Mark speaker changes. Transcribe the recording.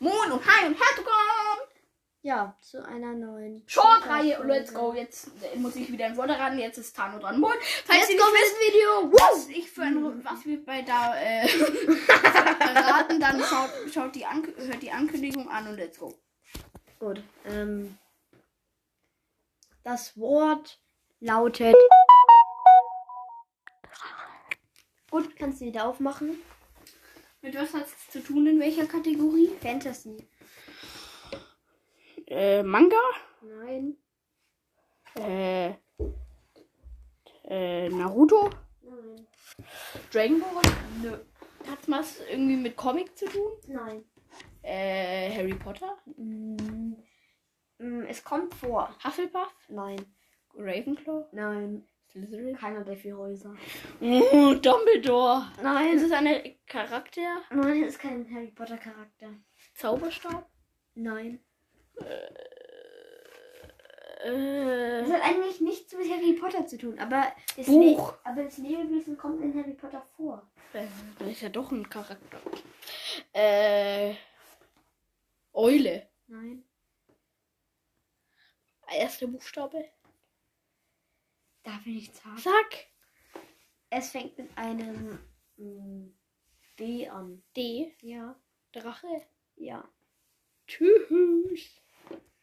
Speaker 1: Moon und Hai und herzlich willkommen
Speaker 2: Ja, zu einer neuen.
Speaker 1: Short-Reihe.
Speaker 2: Podcast-Folge.
Speaker 1: Let's go. Jetzt äh, muss ich wieder im Vorder ran. Jetzt ist Tano dran. Moon. Falls
Speaker 2: Let's
Speaker 1: ihr
Speaker 2: go
Speaker 1: nicht
Speaker 2: mit
Speaker 1: wisst,
Speaker 2: dem Video.
Speaker 1: was ich für ein, was wir bei da äh, verraten, dann schaut, schaut die Ank hört die Ankündigung an und let's go.
Speaker 2: Gut. Ähm, das Wort lautet. Gut, kannst du wieder aufmachen?
Speaker 1: Mit was hat es zu tun? In welcher Kategorie?
Speaker 2: Fantasy.
Speaker 1: Äh, Manga?
Speaker 2: Nein.
Speaker 1: Äh, äh, Naruto?
Speaker 2: Nein.
Speaker 1: Dragon Ball? Nö. Hat was irgendwie mit Comic zu tun?
Speaker 2: Nein.
Speaker 1: Äh, Harry Potter?
Speaker 2: Mm, mm, es kommt vor.
Speaker 1: Hufflepuff?
Speaker 2: Nein.
Speaker 1: Ravenclaw?
Speaker 2: Nein.
Speaker 1: Slytherin?
Speaker 2: Keiner der vier Häuser.
Speaker 1: Oh, Dumbledore! Ist
Speaker 2: Nein.
Speaker 1: es ein Charakter?
Speaker 2: Nein, es ist kein Harry Potter Charakter.
Speaker 1: Zauberstab?
Speaker 2: Nein.
Speaker 1: Äh,
Speaker 2: Das hat eigentlich nichts mit Harry Potter zu tun, aber das,
Speaker 1: Buch.
Speaker 2: Le aber das Lebewesen kommt in Harry Potter vor.
Speaker 1: das ist ja doch ein Charakter. Äh, Eule.
Speaker 2: Nein.
Speaker 1: Erster Buchstabe.
Speaker 2: Darf ich nicht sagen.
Speaker 1: Zack.
Speaker 2: Es fängt mit einem mm, B an.
Speaker 1: D.
Speaker 2: Ja.
Speaker 1: Drache.
Speaker 2: Ja.
Speaker 1: Tschüss.